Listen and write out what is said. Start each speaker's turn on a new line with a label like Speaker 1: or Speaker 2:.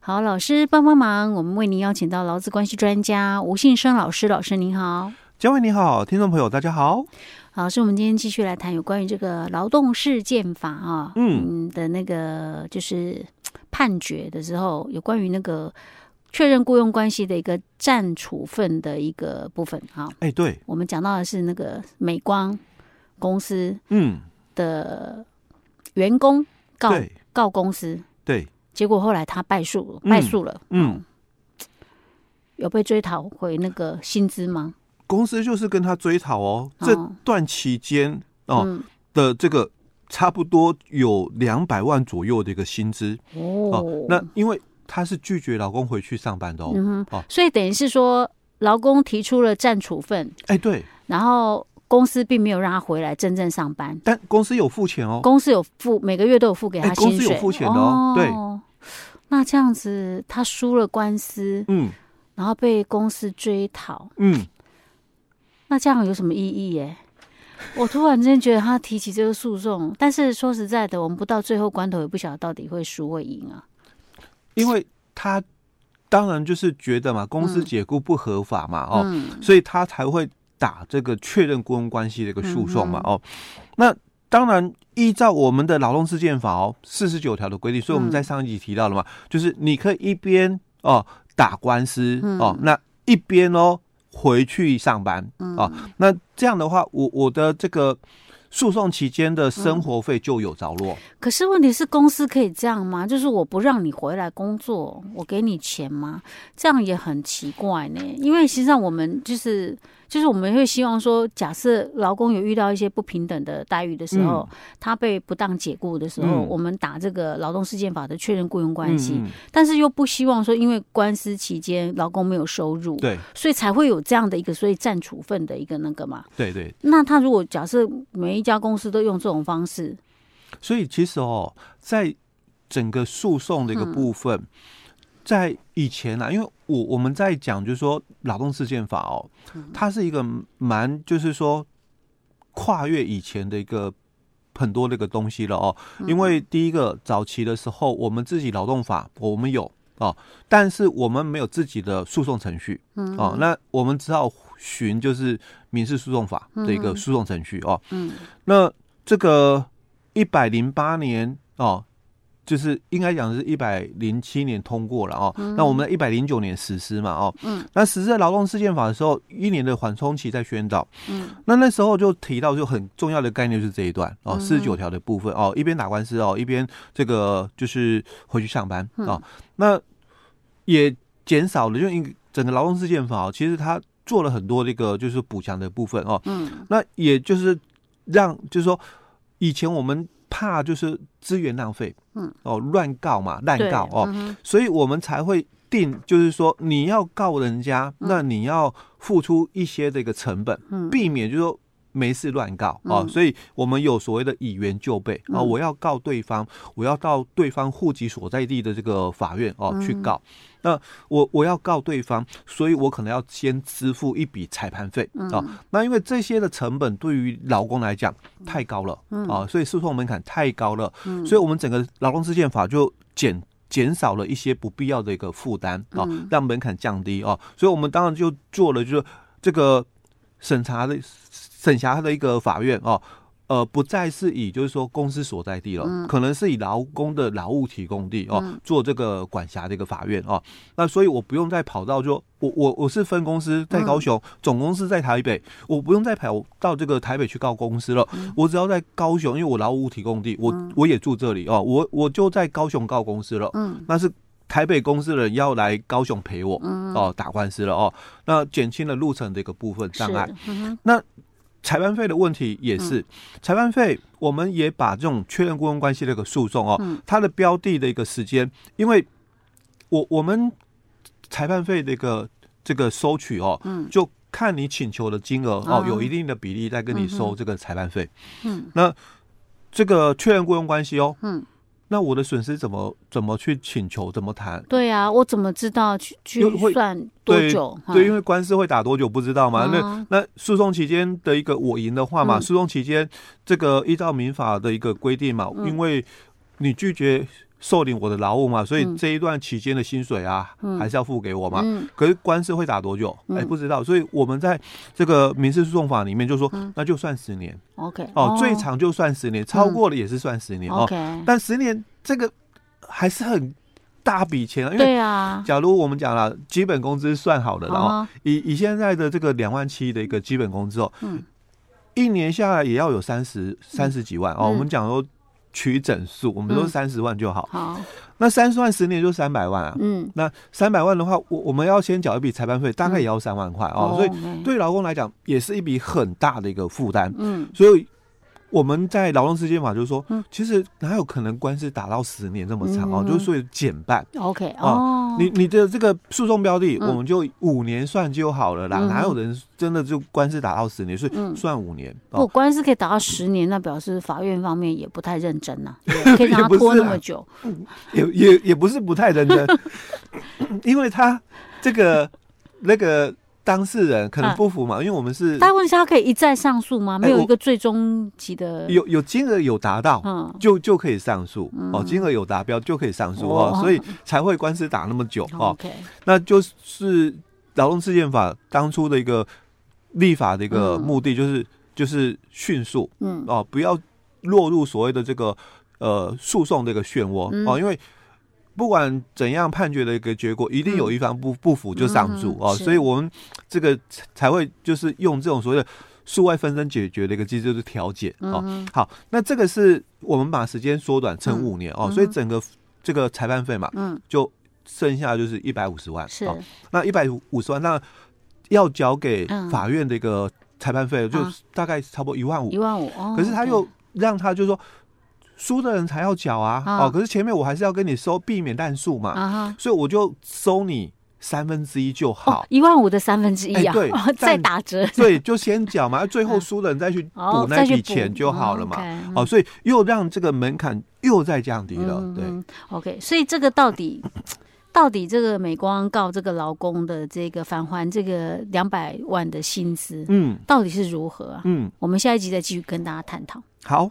Speaker 1: 好，老师帮帮忙，我们为您邀请到劳资关系专家吴信生老师，老师您好。
Speaker 2: 嘉惠你好，听众朋友大家好。
Speaker 1: 老师，我们今天继续来谈有关于这个劳动事件法啊，
Speaker 2: 嗯
Speaker 1: 的那个就是判决的时候，有关于那个确认雇佣关系的一个暂处分的一个部分啊。
Speaker 2: 哎、对，
Speaker 1: 我们讲到的是那个美光公司
Speaker 2: 嗯，
Speaker 1: 的员工告
Speaker 2: 对
Speaker 1: 告公司，
Speaker 2: 对，
Speaker 1: 结果后来他败诉，
Speaker 2: 嗯
Speaker 1: 败诉了，
Speaker 2: 嗯，
Speaker 1: 有被追讨回那个薪资吗？
Speaker 2: 公司就是跟他追讨哦，这
Speaker 1: 哦，
Speaker 2: 段期间哦、
Speaker 1: 嗯，
Speaker 2: 的这个差不多有两百万左右的一个薪资哦、
Speaker 1: 哦，
Speaker 2: 那因为他是拒绝老公回去上班的哦。
Speaker 1: 嗯哼
Speaker 2: 哦，
Speaker 1: 所以等于是说，劳工提出了暂处分，
Speaker 2: 哎、对，
Speaker 1: 然后公司并没有让他回来真正上班，
Speaker 2: 但公司有付钱哦。
Speaker 1: 公司有付每个月都有付给他
Speaker 2: 哎公司
Speaker 1: 薪水，
Speaker 2: 有付钱的哦对
Speaker 1: 对。那这样子，他输了官司，
Speaker 2: 嗯
Speaker 1: 然后被公司追讨，
Speaker 2: 嗯，
Speaker 1: 那这样有什么意义 耶？我突然之间觉得他提起这个诉讼，但是说实在的，我们不到最后关头也不晓得到底会输会赢啊。
Speaker 2: 因为他当然就是觉得嘛，公司
Speaker 1: 嗯
Speaker 2: 解雇不合法嘛，哦，
Speaker 1: 嗯
Speaker 2: 所以他才会打这个确认雇佣关系的一个诉讼
Speaker 1: 嗯
Speaker 2: 嘛。哦，那当然依照我们的劳动事件法哦四十九条的规定，所以我们
Speaker 1: 嗯
Speaker 2: 在上一集提到了嘛，就是你可以一边哦打官司、
Speaker 1: 嗯
Speaker 2: 哦，那一边哦回去上班、
Speaker 1: 嗯
Speaker 2: 哦，那这样的话，我我的这个。诉讼期间的生
Speaker 1: 嗯
Speaker 2: 活费就有着落，
Speaker 1: 可是问题是，公司可以这样吗？就是我不让你回来工作，我给你钱吗？这样也很奇怪呢。因为实际上我们就是就是我们会希望说，假设劳工有遇到一些不平等的待遇的时候，他被不当解雇的时候，
Speaker 2: 嗯
Speaker 1: 我们打这个劳动事件法的确认雇佣关
Speaker 2: 嗯
Speaker 1: 系，
Speaker 2: 嗯
Speaker 1: 但是又不希望说，因为官司期间劳工没有收入，
Speaker 2: 对
Speaker 1: 所以才会有这样的一个所以占处分的一个那个嘛。
Speaker 2: 对对，
Speaker 1: 那他如果假设每一家公司都用这种方式，
Speaker 2: 所以其实哦，在整个诉讼的一个部分，在以前啊，因为我我们在讲就是说劳动事件法哦，它是一个蛮就是说跨越以前的一个。很多的一个东西了哦，因为第一个早期的时候，我们自己劳动法我们有哦，但是我们没有自己的诉讼程序哦，那我们只好寻就是民事诉讼法的一个诉讼程序哦。
Speaker 1: 嗯，
Speaker 2: 那这个一百零八年哦，就是应该讲是一百零七年通过了哦，那我们一百零九年实施嘛哦，嗯，那实施劳动事件法的时候，一年的缓冲期在宣导，嗯，那那时候就提到就很重要的概念就是这一段哦，四十九条的部分哦，一边打官司哦，一边这个就是回去上班哦，那也减少了，就因整个劳动事件法、哦、其实它做了很多这个就是补强的部分哦，
Speaker 1: 嗯
Speaker 2: 那也就是让，就是说，以前我们怕就是资源浪费，
Speaker 1: 嗯，
Speaker 2: 哦，乱告嘛，滥
Speaker 1: 对，
Speaker 2: 告哦，
Speaker 1: 嗯哼
Speaker 2: 所以我们才会定，就是说你要告人家，那你要付出一些这个成本，
Speaker 1: 嗯
Speaker 2: 避免就是说。没事乱告哦，
Speaker 1: 嗯
Speaker 2: 所以我们有所谓的以原就备啊、哦
Speaker 1: 嗯
Speaker 2: 我要告对方，我要到对方户籍所在地的这个法院哦去
Speaker 1: 嗯
Speaker 2: 告。那我我要告对方，所以我可能要先支付一笔裁判费
Speaker 1: 嗯
Speaker 2: 啊、哦那因为这些的成本对于劳工来讲太高了啊、
Speaker 1: 嗯
Speaker 2: 哦所以诉讼门槛太高了，所以我们整个劳动事件法就减减少了一些不必要的一个负担啊，让门槛降低啊，所以我们当然就做了就是这个审查的审查的一个法院哦、呃，不再是以就是说公司所在地了，可能是以劳工的劳务提供地哦、做这个管辖的一个法院哦、那所以我不用再跑到就我我我是分公司在高雄，总公司在台北，我不用再跑到这个台北去告公司了，我只要在高雄，因为我劳务提供地，我、我也住这里哦、我我就在高雄告公司了，
Speaker 1: 嗯
Speaker 2: 那是台北公司的人要来高雄陪我哦、打官司了哦、那减轻了路程的一个部分
Speaker 1: 是
Speaker 2: 障碍。
Speaker 1: 嗯哼
Speaker 2: 裁判费的问题也是，
Speaker 1: 嗯
Speaker 2: 裁判费我们也把这种确认雇佣关系的一个诉讼哦，
Speaker 1: 嗯
Speaker 2: 它的标的的一个时间，因为我我们裁判费的一个这个收取哦，就看你请求的金额哦
Speaker 1: 嗯啊，
Speaker 2: 有一定的比例在跟你收这个裁判费，
Speaker 1: 嗯，
Speaker 2: 那这个确认雇佣关系哦，
Speaker 1: 嗯，
Speaker 2: 那我的损失怎么怎么去请求，怎么谈？
Speaker 1: 对啊，我怎么知道去去
Speaker 2: 又会
Speaker 1: 算多
Speaker 2: 对
Speaker 1: 久？
Speaker 2: 对，因
Speaker 1: 为
Speaker 2: 为官司会打多久不知道嘛。
Speaker 1: 啊
Speaker 2: 那那诉讼期间的一个我赢的话嘛，
Speaker 1: 嗯嗯
Speaker 2: 诉讼期间这个依照民法的一个规定嘛，因为你拒绝受领我的劳务嘛，所以这一段期间的薪水啊，还是要付给我嘛。
Speaker 1: 嗯
Speaker 2: 可是官司会打多久？哎、不知道。所以我们在这个民事诉讼法里面就说，
Speaker 1: 嗯
Speaker 2: 那就算十年
Speaker 1: ，OK，
Speaker 2: 哦，最长就算十年，超过了也是算十年哦。
Speaker 1: 嗯 OK，
Speaker 2: 但十年这个还是很大笔钱啊，因为
Speaker 1: 对啊，
Speaker 2: 假如我们讲了基本工资算好了哦啦，然后
Speaker 1: 啊
Speaker 2: 以以现在的这个两万七的一个基本工资哦，
Speaker 1: 嗯
Speaker 2: 一年下来也要有三十三十几万哦。
Speaker 1: 嗯
Speaker 2: 我们讲说取整数，我们说
Speaker 1: 嗯
Speaker 2: 三十万就好。
Speaker 1: 好，
Speaker 2: 那三十万十年就三百万啊。
Speaker 1: 嗯，
Speaker 2: 那三百万的话，我我们要先缴一笔裁判费，大概也要三万块哦。所以
Speaker 1: 以，
Speaker 2: 对劳工来讲，也是一笔很大的一个负担。
Speaker 1: 嗯，
Speaker 2: 所以我们在劳动事件法就是说
Speaker 1: 嗯，
Speaker 2: 其实哪有可能官司打到十年这么长哦
Speaker 1: 嗯？
Speaker 2: 就是所以减半。
Speaker 1: OK，
Speaker 2: 哦
Speaker 1: 哦，
Speaker 2: 你你的这个诉讼标的，
Speaker 1: 嗯
Speaker 2: 我们就五年算就好了啦，
Speaker 1: 嗯哼
Speaker 2: 哪有人真的就官司打到十年？所
Speaker 1: 嗯
Speaker 2: 以算五年
Speaker 1: 不，
Speaker 2: 哦，
Speaker 1: 官司可以打到十年，那表示法院方面也不太认真 呐、对可以让
Speaker 2: 也
Speaker 1: 他
Speaker 2: 不是
Speaker 1: 拖那
Speaker 2: 啊
Speaker 1: 么久。
Speaker 2: 也也也不是不太认 真，因为他这个那个当事人可能不服
Speaker 1: 嗯
Speaker 2: 嘛，因为我们是
Speaker 1: 但问题是，他可以一再上诉吗？没有
Speaker 2: 哎我
Speaker 1: 一个最终级的，
Speaker 2: 有有金额有达到。
Speaker 1: 嗯，
Speaker 2: 就就可以上诉哦，金额有达标就可以上诉哦
Speaker 1: 哦，
Speaker 2: 所以才会官司打那么久哦。
Speaker 1: OK，
Speaker 2: 那就是劳动事件法当初的一个立法的一个
Speaker 1: 嗯
Speaker 2: 目的，就是就是迅速，
Speaker 1: 嗯
Speaker 2: 哦，不要落入所谓的这个呃诉讼这个漩涡、
Speaker 1: 嗯
Speaker 2: 哦，因为不管怎样判决的一个结果，一定有一方不不服就上诉、
Speaker 1: 嗯哼
Speaker 2: 哦，
Speaker 1: 是
Speaker 2: 所以我们这个才才会就是用这种所谓的诉外纷争解决的一个机制，就是调解哦。
Speaker 1: 嗯
Speaker 2: 好，那这个是我们把时间缩短成
Speaker 1: 嗯
Speaker 2: 五年、
Speaker 1: 嗯
Speaker 2: 哦，
Speaker 1: 哼
Speaker 2: 所以整个这个裁判费嘛，
Speaker 1: 嗯，
Speaker 2: 就剩下就是一百五十万
Speaker 1: 是
Speaker 2: 哦。那一百五十万，那要交给
Speaker 1: 嗯
Speaker 2: 法院的一个裁判费，就
Speaker 1: 啊
Speaker 2: 大概差不多一万五
Speaker 1: 一万五哦。
Speaker 2: 可是他
Speaker 1: OK
Speaker 2: 又让他就说输的人才要缴啊，
Speaker 1: 啊
Speaker 2: 哦，可是前面我还是要跟你收避免烂数嘛，
Speaker 1: 啊哈，
Speaker 2: 所以我就收你三分之一就好
Speaker 1: 哦，，一万五的三分之一啊，
Speaker 2: 哎对
Speaker 1: 再
Speaker 2: 但
Speaker 1: 打折，
Speaker 2: 对，就先缴嘛，最后
Speaker 1: 嗯
Speaker 2: 输的人再去
Speaker 1: 哦
Speaker 2: 补，
Speaker 1: 再
Speaker 2: 那
Speaker 1: 去
Speaker 2: 笔
Speaker 1: 补
Speaker 2: 钱就好了嘛，
Speaker 1: 哦
Speaker 2: 哦，所以又让这个门槛又再降低了，对。
Speaker 1: 嗯，OK，所以这个到底到底这个美光告这个劳工的这个返还这个两百万的薪资，
Speaker 2: 嗯
Speaker 1: 到底是如何啊？
Speaker 2: 嗯，
Speaker 1: 我们下一集再继续跟大家探讨。
Speaker 2: 好，